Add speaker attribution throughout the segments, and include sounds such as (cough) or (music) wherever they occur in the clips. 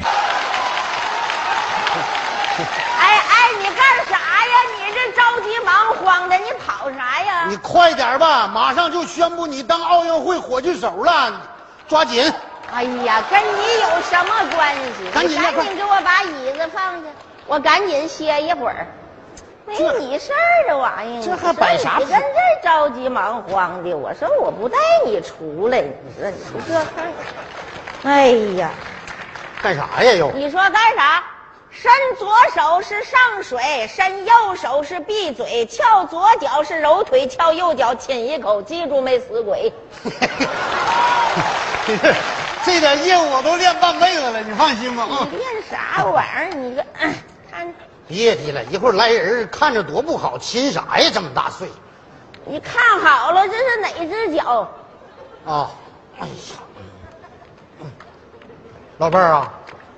Speaker 1: 哎
Speaker 2: 你快点吧，马上就宣布你当奥运会火炬手了，抓紧！
Speaker 1: 哎呀，跟你有什么关系？
Speaker 2: 赶紧
Speaker 1: 你
Speaker 2: 的
Speaker 1: 赶
Speaker 2: 快
Speaker 1: 紧给我把椅子放下，我赶紧歇一会儿。没
Speaker 2: 这
Speaker 1: 你事儿这玩意儿，
Speaker 2: 这还摆啥
Speaker 1: 你跟这儿着急忙慌的，我说我不带你出来，你说你不这看看，哎呀，
Speaker 2: 干啥呀又？ (laughs)
Speaker 1: 你说干啥？伸左手是上水，伸右手是闭嘴，翘左脚是揉腿，翘右脚亲一口，记住没，死鬼。
Speaker 2: 这点业务我都练半辈子了，你放心吧啊！
Speaker 1: 你练啥玩意儿？你个，嗯看，
Speaker 2: 别提了，一会儿来人看着多不好，亲啥呀？这么大岁
Speaker 1: 你看好了，这是哪只脚？
Speaker 2: 啊！哎呀，嗯老伴儿啊，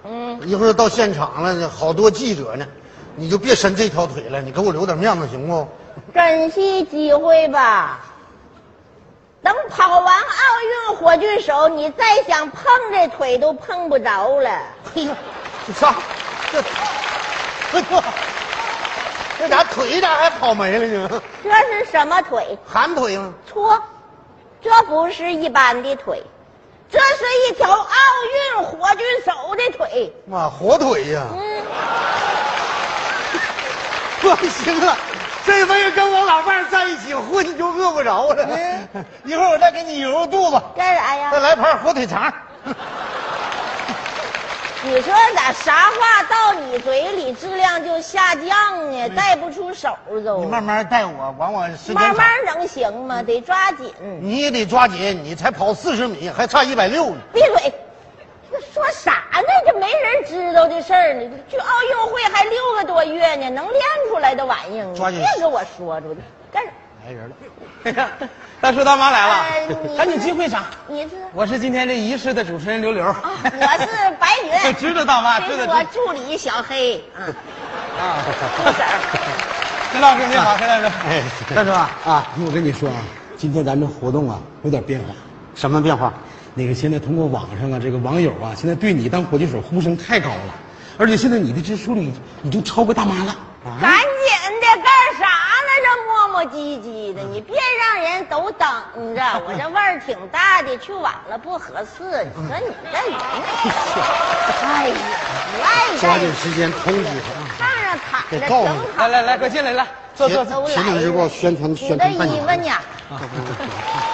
Speaker 1: 嗯，
Speaker 2: 一会儿到现场了，好多记者呢，你就别伸这条腿了，你给我留点面子行不？
Speaker 1: 珍惜机会吧。等跑完奥运火炬手，你再想碰这腿都碰不着了。 (laughs)
Speaker 2: 哎呀，这啥？这，哎呦，这咋腿咋还跑没了呢？
Speaker 1: 这是什么腿？
Speaker 2: 寒腿吗？
Speaker 1: 错，这不是一般的腿，这是一条奥运火炬手的腿。
Speaker 2: 妈，火腿 (laughs) 呀！
Speaker 1: 嗯，
Speaker 2: 我行了，这辈子跟我老伴儿在一起混你就饿不着了。
Speaker 1: 嗯
Speaker 2: 一会儿我再给你揉揉肚子，
Speaker 1: 干啥呀
Speaker 2: 再？来盘火腿肠。
Speaker 1: 你说咋啥话到你嘴里质量就下降呢？带不出手
Speaker 2: 你
Speaker 1: 都，
Speaker 2: 慢慢带我，完我时间
Speaker 1: 哦慢
Speaker 2: 长
Speaker 1: 慢能行
Speaker 2: 嗯
Speaker 1: 吗？得抓紧。
Speaker 2: 你也得抓紧，你才跑四十米，还差一百六呢。
Speaker 1: 闭嘴！这说啥呢？这没人知道的事儿呢。去奥运会还六个多月呢，能练出来的玩意儿呢，
Speaker 2: 抓紧
Speaker 1: 别给我说出去。干啥？
Speaker 2: 来 (laughs) 人了，
Speaker 3: 哎呀，大叔大妈来
Speaker 1: 哎
Speaker 3: 了，
Speaker 1: 你
Speaker 3: 赶紧进会场。
Speaker 1: 你是？
Speaker 3: 我是今天这仪式的主持人刘流。。
Speaker 1: 啊，
Speaker 2: (laughs)
Speaker 1: 我是白云
Speaker 3: 知道大
Speaker 2: 啊
Speaker 3: 妈，知
Speaker 1: 这是
Speaker 3: 道知道
Speaker 1: 我助理小黑，嗯，
Speaker 3: 啊。
Speaker 1: 助手。
Speaker 3: 陈老师你好，陈老师。
Speaker 2: 哎
Speaker 3: 大叔啊，
Speaker 4: 啊，我跟你说啊，今天咱这活动啊有点变化。
Speaker 2: 什么变化？
Speaker 4: 那个现在通过网上啊，这个网友啊，现在对你当火炬手呼声太高了，而且现在你的支持率已经超过大妈了。啊
Speaker 1: 赶紧的，干啥呢？这磨磨唧唧
Speaker 2: 嗯
Speaker 1: 的，你别让人都等着。我这味儿挺大的，去晚了不合适。你说你这人，哎呀，不爱
Speaker 2: 抓
Speaker 1: 在
Speaker 2: 紧时间通知啊他。
Speaker 1: 炕上躺着
Speaker 2: 得告诉你
Speaker 1: 挺好
Speaker 3: 来。来来，快进来，来坐坐坐，
Speaker 1: 都来
Speaker 2: 前两日给我宣传
Speaker 1: 你
Speaker 2: 宣
Speaker 1: 的
Speaker 2: 传半
Speaker 1: 衣服
Speaker 2: 年，啊
Speaker 1: 呢？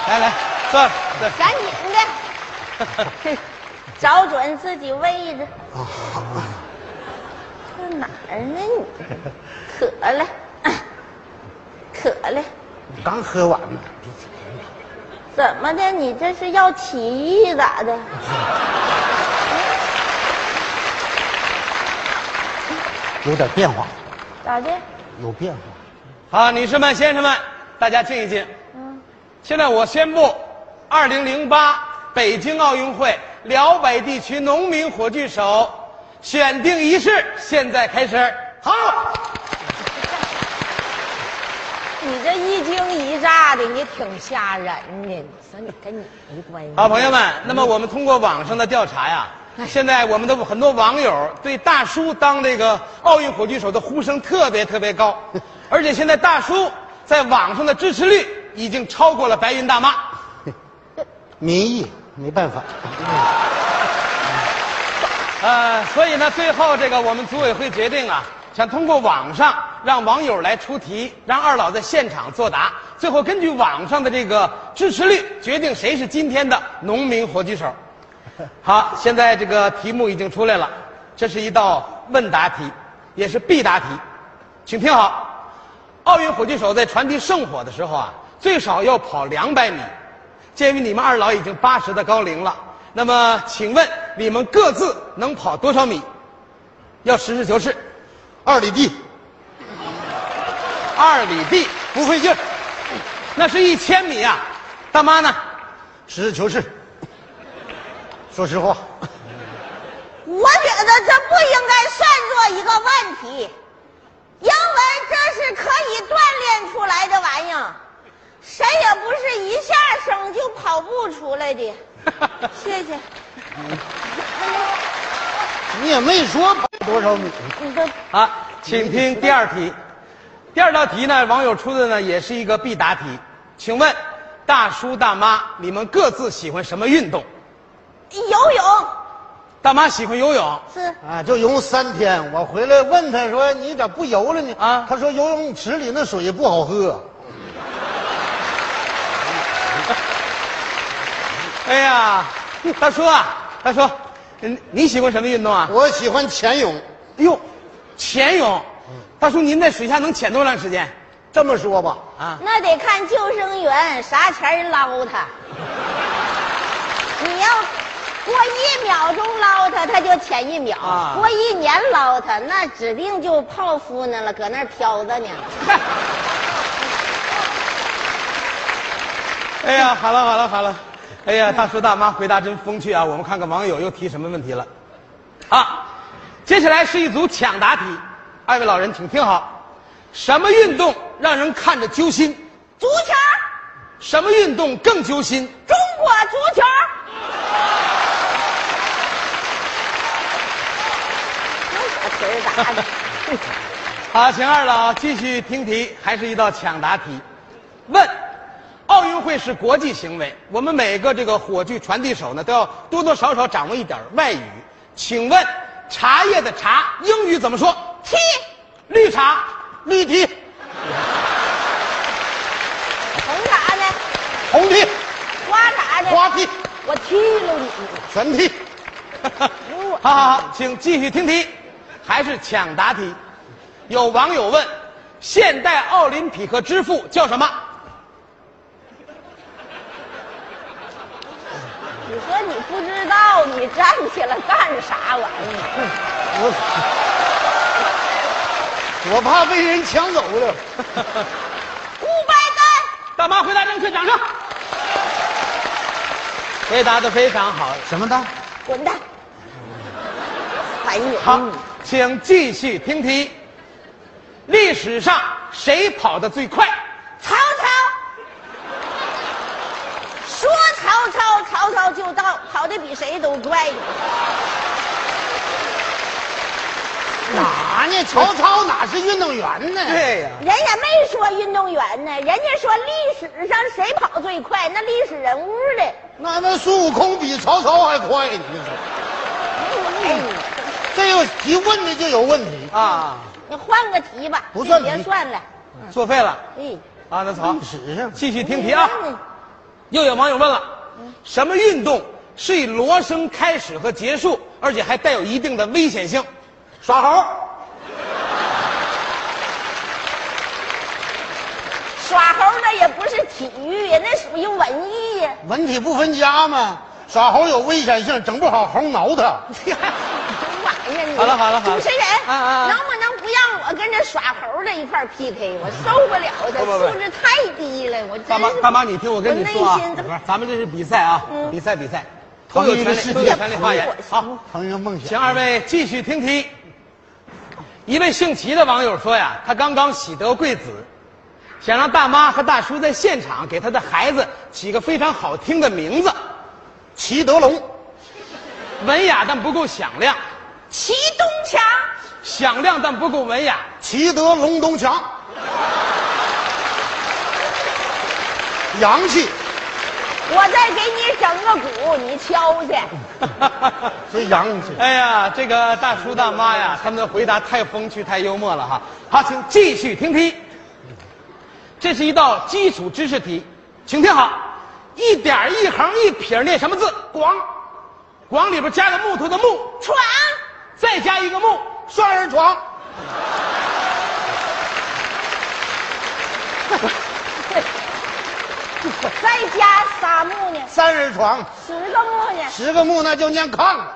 Speaker 3: 来来坐坐。
Speaker 1: 赶紧
Speaker 2: (laughs)
Speaker 1: 的，找准自己位置。这哪儿呢？你
Speaker 2: (laughs)
Speaker 1: 渴了，嗯渴了。
Speaker 2: 刚喝完呢。
Speaker 1: 怎么的？你这是要起义咋的？
Speaker 2: 有点变化，
Speaker 1: 咋的？
Speaker 2: 有变化。
Speaker 3: 好，女士们、先生们，大家静一静。
Speaker 1: 嗯，
Speaker 3: 现在我宣布，二零零八北京奥运会辽北地区农民火炬手选定仪式现在开始。好，
Speaker 1: 你这一惊一乍的，你挺吓人的。你说你跟你没关系。
Speaker 3: 好朋友们，那么我们通过网上的调查呀，现在我们的很多网友对大叔当这个奥运火炬手的呼声特别特别高，而且现在大叔在网上的支持率已经超过了白云大妈。
Speaker 2: 民意没办法，
Speaker 3: 呃，所以呢，最后这个我们组委会决定啊，想通过网上让网友来出题，让二老在现场作答，最后根据网上的这个支持率决定谁是今天的农民火炬手。好，现在这个题目已经出来了，这是一道问答题，也是必答题，请听好。奥运火炬手在传递圣火的时候啊，最少要跑两百米。鉴于你们二老已经八十的高龄了，那么请问你们各自能跑多少米？要实事求是，
Speaker 2: 二里地
Speaker 3: 二里地不费劲儿，那是一千米啊。大妈呢？
Speaker 2: 实事求是，说实话，
Speaker 1: 我觉得这不应该算作一个问题，因为这是可以锻炼出来的玩意儿，谁也不是一下生就跑步出来
Speaker 3: (laughs)
Speaker 1: 的。谢谢。
Speaker 2: 你也没说跑多少米。
Speaker 1: 你这
Speaker 3: 啊，请听第二题。第二道题呢，网友出的呢也是一个必答题，请问，大叔大妈，你们各自喜欢什么运动？
Speaker 1: 游泳
Speaker 3: 大妈喜欢游泳，
Speaker 1: 是
Speaker 2: 啊，就游三天，我回来问他说：“你咋不游了呢？”
Speaker 3: 啊
Speaker 2: 他说：“游泳池里那水不好喝。
Speaker 3: 哎呀，大叔啊，大叔，嗯，你喜欢什么运动啊”？
Speaker 2: 我喜欢潜泳。
Speaker 3: 哎呦，潜泳。大叔，您在水下能潜多长时间？
Speaker 2: 这么说吧，
Speaker 3: 啊，
Speaker 1: 那得看救生员啥前儿捞他。你要过一秒钟捞他，他就潜一秒；
Speaker 3: 啊
Speaker 1: 过一年捞他，那指定就泡芙呢了，搁那儿飘着呢。
Speaker 3: 哎呀，好了好了好了，哎呀，大叔大妈回答真风趣啊！我们看看网友又提什么问题了。啊，接下来是一组抢答题，二位老人请听好：什么运动让人看着揪心？
Speaker 1: 足球，
Speaker 3: 什么运动更揪心？
Speaker 1: 中国足球，用啥词儿答的？
Speaker 3: 好，请二老继续听题，还是一道抢答题。问：奥运会是国际行为，我们每个这个火炬传递手呢，都要多多少少掌握一点外语。请问，茶叶的茶英语怎么说？
Speaker 1: 踢，
Speaker 3: 绿茶，绿提，
Speaker 1: 红啥呢？
Speaker 2: 红踢、
Speaker 1: 花啥呢？
Speaker 2: 花踢、
Speaker 1: 我踢了你。
Speaker 2: 全踢。
Speaker 3: 好好好，请继续听题，还是抢答题。有网友问：现代奥林匹克之父叫什么？
Speaker 1: 你说你不知道，你站起来干啥玩意儿？
Speaker 2: 我怕被人抢走了。
Speaker 1: 顾拜旦，
Speaker 3: 大妈回答正确，掌声。回答的非常好，
Speaker 2: 什么的？
Speaker 1: 滚蛋！烦你！
Speaker 3: 好，请继续听题。历史上谁跑得最快？
Speaker 1: 曹操，说曹操，曹操就到，跑得比谁都快。
Speaker 2: 哪呢？曹操哪是运动员呢？
Speaker 3: 呀、
Speaker 1: 人家没说运动员呢，人家说历史上谁跑最快，那历史人物的。
Speaker 2: 那那孙悟空比曹操还快呢。你说
Speaker 1: 哎，
Speaker 2: 这个题问的就有问题。
Speaker 3: 啊，
Speaker 1: 你换个题吧，
Speaker 2: 不算题
Speaker 1: 别算了。
Speaker 3: 作废了
Speaker 1: 哎，嗯
Speaker 3: 啊！那曹
Speaker 2: 历史上
Speaker 3: 继续听题啊。又有网友问了，什么运动是以锣声开始和结束，而且还带有一定的危险性？
Speaker 2: 耍猴，
Speaker 1: 耍猴那也不是体育呀，那属于文艺呀。
Speaker 2: 文体不分家嘛。耍猴有危险性，整不好猴挠他。
Speaker 1: 玩意哎儿你！
Speaker 3: 好了好了好了
Speaker 1: 主持人，
Speaker 3: 啊啊啊
Speaker 1: 能不能不让我跟这耍猴的一块儿 PK？我受不了他，
Speaker 3: 不不不
Speaker 1: 素质太低了，我真
Speaker 3: 大妈
Speaker 1: 是，
Speaker 3: 大妈，你听我跟你说
Speaker 1: 我
Speaker 3: 啊
Speaker 1: 内心怎么，
Speaker 3: 咱们这是比赛啊，
Speaker 1: 嗯
Speaker 3: 比赛比赛，都
Speaker 2: 同
Speaker 3: 有
Speaker 2: 一
Speaker 3: 权
Speaker 2: 个
Speaker 3: 利，
Speaker 2: 世
Speaker 3: 都
Speaker 2: 界
Speaker 3: 有权利发言啊
Speaker 1: 同一个。世界
Speaker 3: 好，
Speaker 2: 腾云梦想。
Speaker 3: 请二位继续听题。一位姓齐的网友说呀，他刚刚喜得贵子，想让大妈和大叔在现场给他的孩子起个非常好听的名字，
Speaker 2: 齐德龙，
Speaker 3: 文雅但不够响亮，
Speaker 1: 齐东强，
Speaker 3: 响亮但不够文雅。
Speaker 2: 齐德龙东强，洋气，
Speaker 1: 我再给你整个鼓，你敲去。
Speaker 2: 这洋气。
Speaker 3: 哎呀，这个大叔大妈呀，他们的回答太风趣、太幽默了哈。好，请继续听题。这是一道基础知识题，请听好：一点儿一横一撇儿念什么字？广，广里边加个木头的木，
Speaker 1: 床，
Speaker 3: 再加一个木，
Speaker 2: 双人床，
Speaker 1: 再加仨木呢，
Speaker 2: 三人床，
Speaker 1: 十个木呢，
Speaker 2: 十个木那就念炕了。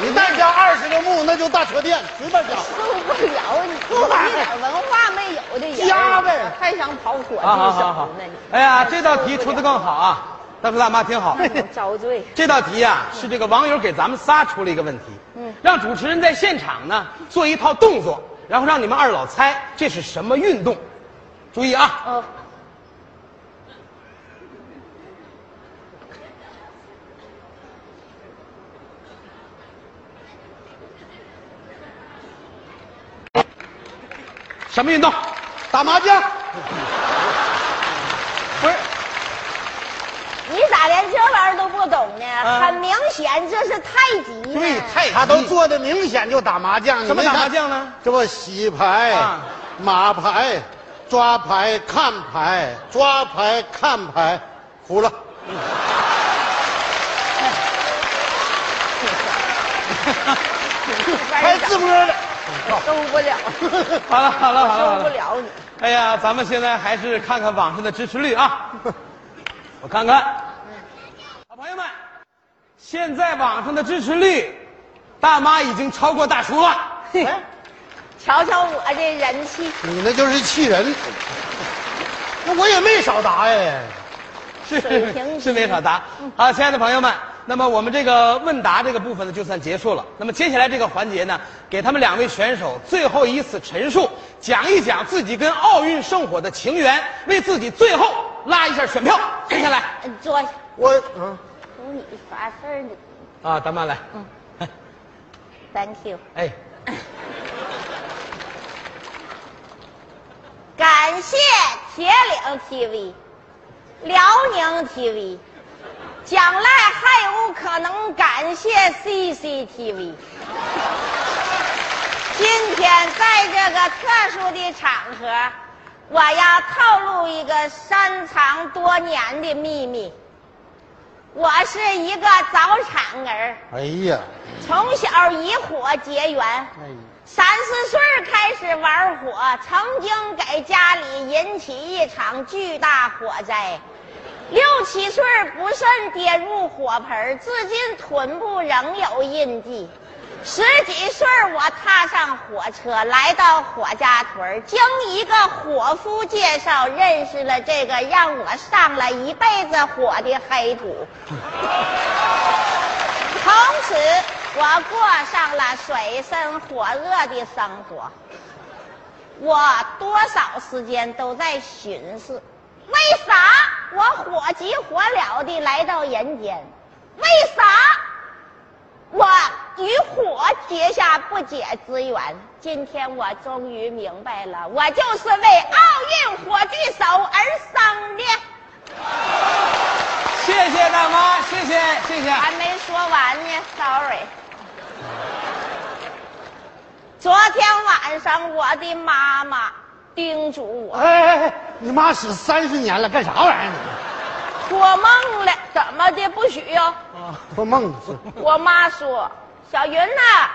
Speaker 2: 你再加二十个木，那就大车店，随便加。
Speaker 1: 受不了你，一点文化没有的人，
Speaker 2: 加呗
Speaker 1: 还想跑火
Speaker 3: 啊好
Speaker 1: 炬
Speaker 3: 好
Speaker 1: 手
Speaker 3: 好
Speaker 1: 呢？你。
Speaker 3: 哎呀，这道题出的更好啊！大叔大妈听好，
Speaker 1: 让我哎遭罪。
Speaker 3: 这道题啊，是这个网友给咱们仨出了一个问题，嗯，让主持人在现场呢做一套动作，然后让你们二老猜这是什么运动。注意啊，
Speaker 1: 哦，
Speaker 3: 什么运动？
Speaker 2: 打麻将，
Speaker 1: 连这玩意儿都不懂呢，
Speaker 3: 啊
Speaker 1: 很明显这是太极呢。
Speaker 3: 对，太
Speaker 2: 他都
Speaker 3: 极
Speaker 2: 做的明显就打麻将，
Speaker 3: 哎什么
Speaker 2: 你没
Speaker 3: 打麻
Speaker 2: 看
Speaker 3: 将呢？
Speaker 2: 这不洗牌、
Speaker 3: 啊
Speaker 2: 马牌、抓牌、看牌、抓牌、看牌，服了。还自摸的，
Speaker 1: 受不了，
Speaker 3: 好了好了好了，
Speaker 1: 受不了你。
Speaker 3: 哎呀，咱们现在还是看看网上的支持
Speaker 1: (laughs)
Speaker 3: 率啊，我看看。好朋友们，现在网上的支持率，大妈已经超过大叔了。
Speaker 2: 哎，
Speaker 1: 瞧瞧我这人气，
Speaker 2: (laughs) 你那就是气人。那我也没少答哎，
Speaker 1: (laughs)
Speaker 3: 是
Speaker 1: 水平嗯低
Speaker 3: 是没少答。好，亲爱的朋友们，那么我们这个问答这个部分呢就算结束了。那么接下来这个环节呢，给他们两位选手最后一次陈述，讲一讲自己跟奥运圣火的情缘，为自己最后拉一下选票。谁先来？
Speaker 1: 呃坐下。
Speaker 2: 我嗯，
Speaker 1: 有你啥事儿呢
Speaker 3: 啊，大妈来。嗯。
Speaker 1: ？Thank you，
Speaker 3: (laughs) 哎，
Speaker 1: 感谢铁岭 TV、辽宁 TV，将来还有可能感谢 CCTV。今天在这个特殊的场合，我要透露一个深藏多年的秘密。我是一个早产儿，
Speaker 2: 哎呀，
Speaker 1: 从小以火结缘。
Speaker 2: 哎，
Speaker 1: 三四岁儿开始玩火，曾经给家里引起一场巨大火灾。六七岁儿不慎跌入火盆儿，至今臀部仍有印记。十几岁儿我踏上火车，来到火家屯儿，经一个伙夫介绍，认识了这个让我上了一辈子火的黑土。从此，我过上了水深火热的生活。我多少时间都在寻思，为啥我火急火燎的来到人间？为啥我与火结下不解之缘？今天我终于明白了，我就是为奥运火炬手而生的。
Speaker 3: 谢谢大妈，谢谢谢谢。
Speaker 1: (laughs) 还没说完呢，sorry。昨天晚上我的妈妈叮嘱我，
Speaker 2: 哎哎哎，你妈死三十年了，干啥玩意儿呢？
Speaker 1: 做梦了，怎么的不许哟？
Speaker 3: 啊
Speaker 2: 做梦是。
Speaker 1: 我妈说，小云呐、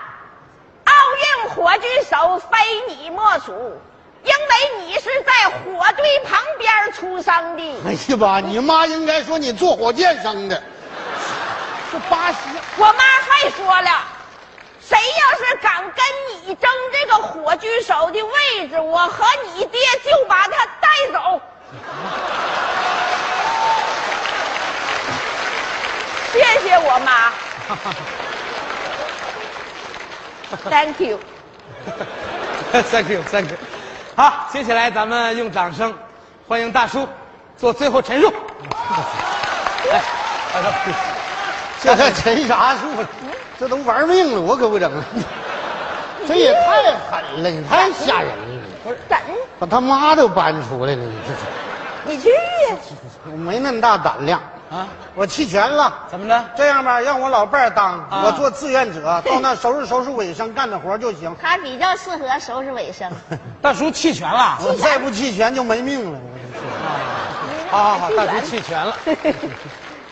Speaker 1: 奥运火炬手非你莫属，因为你是在火堆旁边出生的。
Speaker 2: (laughs) 哎呀妈！你妈应该说你坐火箭生的，是八十。
Speaker 1: 我妈还说了，谁要是敢跟你争这个火炬手的位置，我和你爹就把他带走。谢谢我妈。Thank you。
Speaker 3: (laughs) Thank you, thank you。好，接下来咱们用掌声欢迎大叔做最后陈述。哎，大叔，
Speaker 2: 这还陈啥树？这都玩命了，我可不整。 (laughs) 这也太狠了，你太吓人了，
Speaker 1: 怎？
Speaker 2: 把他妈都搬出来了，你这
Speaker 1: 你去呀！
Speaker 2: 我没那么大胆量
Speaker 3: 啊
Speaker 2: 啊！我弃权了。
Speaker 3: 怎么了？
Speaker 2: 这样吧，让我老伴儿当，
Speaker 3: 啊
Speaker 2: 我做志愿者，到那收拾收拾尾声，干点活就 (laughs) 行。
Speaker 1: 他比较适合收拾尾声。
Speaker 3: 大叔弃权了？
Speaker 2: 我再不弃权就没命了。我真是
Speaker 3: 好好好，大叔弃权了。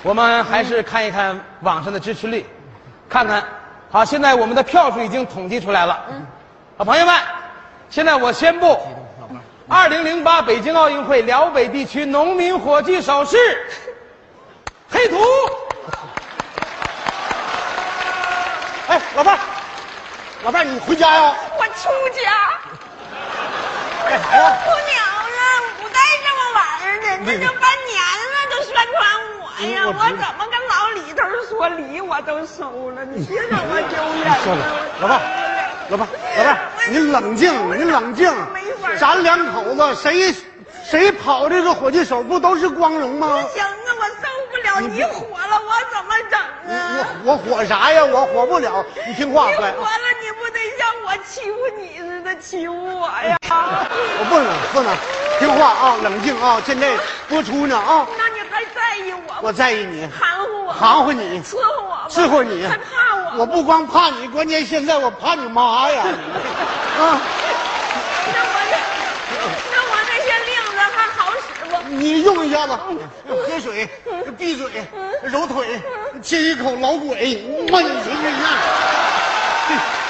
Speaker 3: 我们还是看一看网上的支持率，看看。好，现在我们的票数已经统计出来了。好，朋友们，现在我宣布，二零零八北京奥运会辽北地区农民火炬手是黑土。
Speaker 2: 哎，老伴儿，老伴儿，你回家呀？
Speaker 1: 我出家。
Speaker 2: 干啥呀？
Speaker 1: 不娘啊，不带这么玩儿的，这都半年了，都宣传我呀，
Speaker 2: 嗯我
Speaker 1: 我
Speaker 2: 知道
Speaker 1: 怎么跟老李头说离我都收了？你别让我丢人
Speaker 2: 算
Speaker 1: 了
Speaker 2: 嗯了，，老伴儿，老伴儿，老伴儿，您冷静，您冷静。咱两口子谁谁跑这个火炬手不都是光荣吗？
Speaker 1: 不行啊，我受不了，你火了，我怎么整
Speaker 2: 你
Speaker 1: 啊？
Speaker 2: 你我火啥呀？我火不了。你听话
Speaker 1: 你火
Speaker 2: 乖，
Speaker 1: 了，你不得像我欺负你似的欺负我呀？
Speaker 2: 嗯我不能不能，听话啊，冷静啊。现在播出呢啊，
Speaker 1: 那你还在意我
Speaker 2: 我在意你，
Speaker 5: 含糊我，
Speaker 2: 含糊你，
Speaker 5: 伺候我吧，
Speaker 2: 伺候你，
Speaker 5: 还怕我？
Speaker 2: 我不光怕你，关键现在我怕你妈呀！啊，
Speaker 5: 那我这，那我这些令子还好使不？
Speaker 2: 你用一下子，喝水，闭嘴，揉腿，亲一口老鬼，妈，你行这样？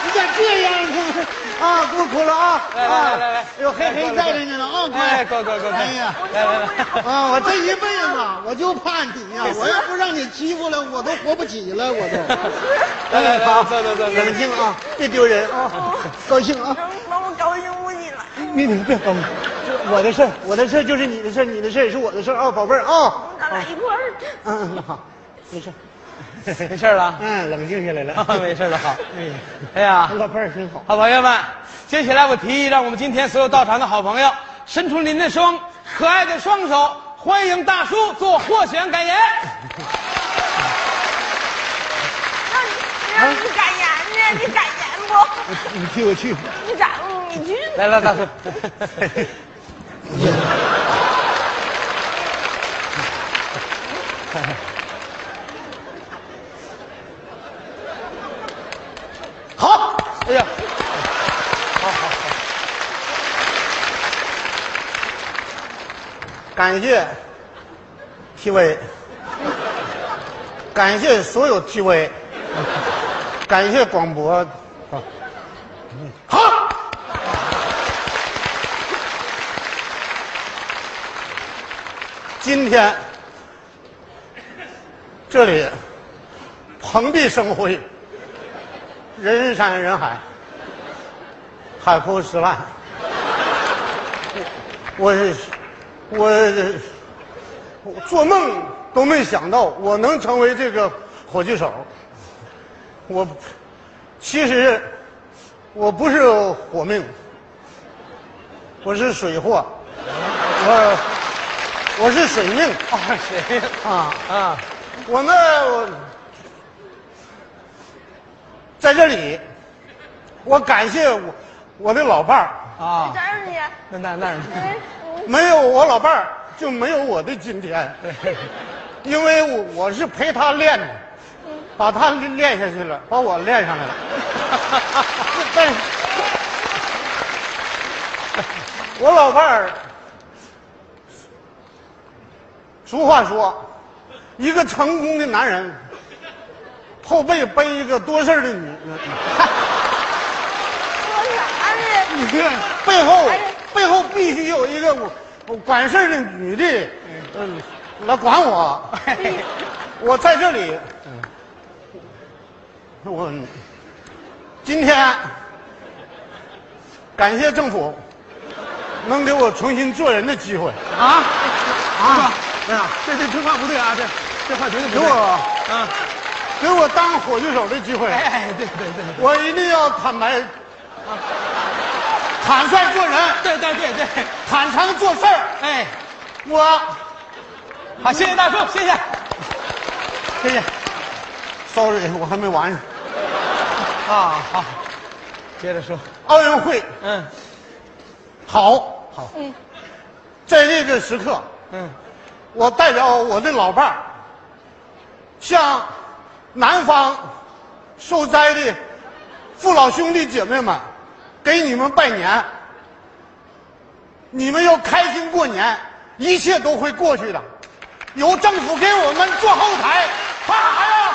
Speaker 2: 你咋这样呢？啊，给我哭了啊！
Speaker 3: 来来来来来
Speaker 2: 啊哎呦，黑黑带着你呢啊，乖，
Speaker 3: 哎，哥哥哥哥，
Speaker 2: 哎呀。
Speaker 3: 来来来，
Speaker 2: 啊，我这一辈子啊我就怕你呀、我要不让你欺负了，我都活不起了，我都。
Speaker 3: 来来来
Speaker 2: 好
Speaker 3: 坐坐坐坐
Speaker 2: 冷静啊，别丢人啊，高兴啊。
Speaker 5: 哦能把我高兴不起来。
Speaker 2: 你你别高兴，这我的事儿，我的事儿就是你的事儿，你的事儿也是我的事儿啊，宝贝儿啊。
Speaker 5: 咱俩一块哎儿，
Speaker 2: 嗯嗯，好，没事儿。
Speaker 3: 没事了，
Speaker 2: 嗯，冷静下来了。
Speaker 3: 啊没事了，好
Speaker 2: 哎呀，。
Speaker 3: 哎呀，
Speaker 2: 老伴儿真好。
Speaker 3: 好朋友们，接下来我提议，让我们今天所有到场的好朋友，伸出您的双可爱的双手，欢迎大叔做获选感言。
Speaker 5: 让你让你敢言呢？你敢言不？
Speaker 2: 你替我去。
Speaker 5: 你敢？你去。
Speaker 3: 来来， (laughs) 大叔，
Speaker 2: 好，
Speaker 3: 哎呀，
Speaker 2: 感谢 TV，感谢所有 TV，感谢广播。好，今天这里蓬荜生辉，人山人海，海枯石烂。我我我做梦都没想到我能成为这个火炬手。我其实我不是火命，我是水货，我我是水命
Speaker 3: 二十
Speaker 2: 啊！
Speaker 3: 啊，
Speaker 2: 我呢，我在这里，我感谢我我的老伴儿。
Speaker 3: 啊，
Speaker 5: 这儿呢？
Speaker 3: 那那那是
Speaker 5: 哎
Speaker 2: 没有我老伴儿，就没有我的今天，因为我我是陪他练的，把他练下去了，把我练上来了。 (laughs) 但是，我老伴儿，俗话说，一个成功的男人后背背一个多事儿的女人。
Speaker 5: 说啥呢？
Speaker 2: 你这背后背后必须有一个我我管事儿的女的，嗯，来管我。我在这里，我今天感谢政府能给我重新做人的机会，
Speaker 3: 啊
Speaker 2: 啊
Speaker 3: 啊，哎呀，这这这话不对啊，这这话绝对不
Speaker 2: 给
Speaker 3: 对
Speaker 2: 我
Speaker 3: 啊，
Speaker 2: 给我当火炬手的机会，
Speaker 3: 哎，对对对。
Speaker 2: 我一定要坦白、坦率做人，
Speaker 3: 对对对对，
Speaker 2: 坦诚做事儿。
Speaker 3: 哎，
Speaker 2: 我
Speaker 3: 好，谢谢大叔，谢谢，谢谢，
Speaker 2: sorry，我还没完。
Speaker 3: 啊，好，接着说，
Speaker 2: 奥运会
Speaker 3: 嗯
Speaker 2: 好好，在这个时刻，
Speaker 3: 嗯，
Speaker 2: 我代表我的老伴儿，向南方受灾的父老兄弟姐妹们，给你们拜年。你们要开心过年，一切都会过去的。由政府给我们做后台，干啥呀？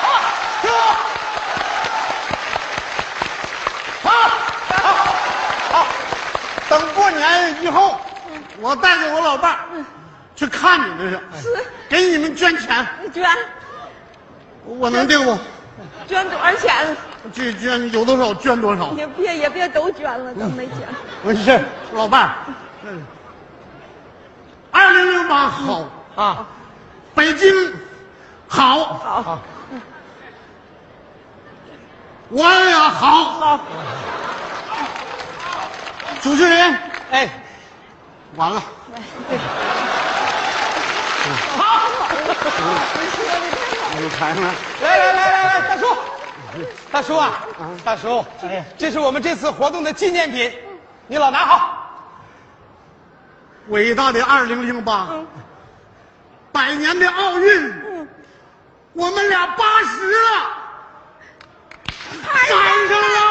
Speaker 2: 啊，听我，啊，好，好，等过年以后，我带着我老伴儿去看你们去，给你们捐钱，
Speaker 5: 你捐
Speaker 2: 我能定不？
Speaker 5: 捐多少钱？
Speaker 2: 这捐有多少捐多少。
Speaker 5: 也别也别都捐了，都没钱。
Speaker 2: 没事，老伴儿，嗯，二零零八好，
Speaker 3: 啊，
Speaker 2: 北京好，啊
Speaker 5: 好，
Speaker 2: 我也好。主持人，
Speaker 3: 哎，
Speaker 2: 完了。好，舞嗯台呢？
Speaker 3: 来来来来来，大叔，大叔啊，大叔，这是我们这次活动的纪念品，你老拿好，
Speaker 2: 伟大的二零零八，百年的奥运，我们俩八十了，赶上了。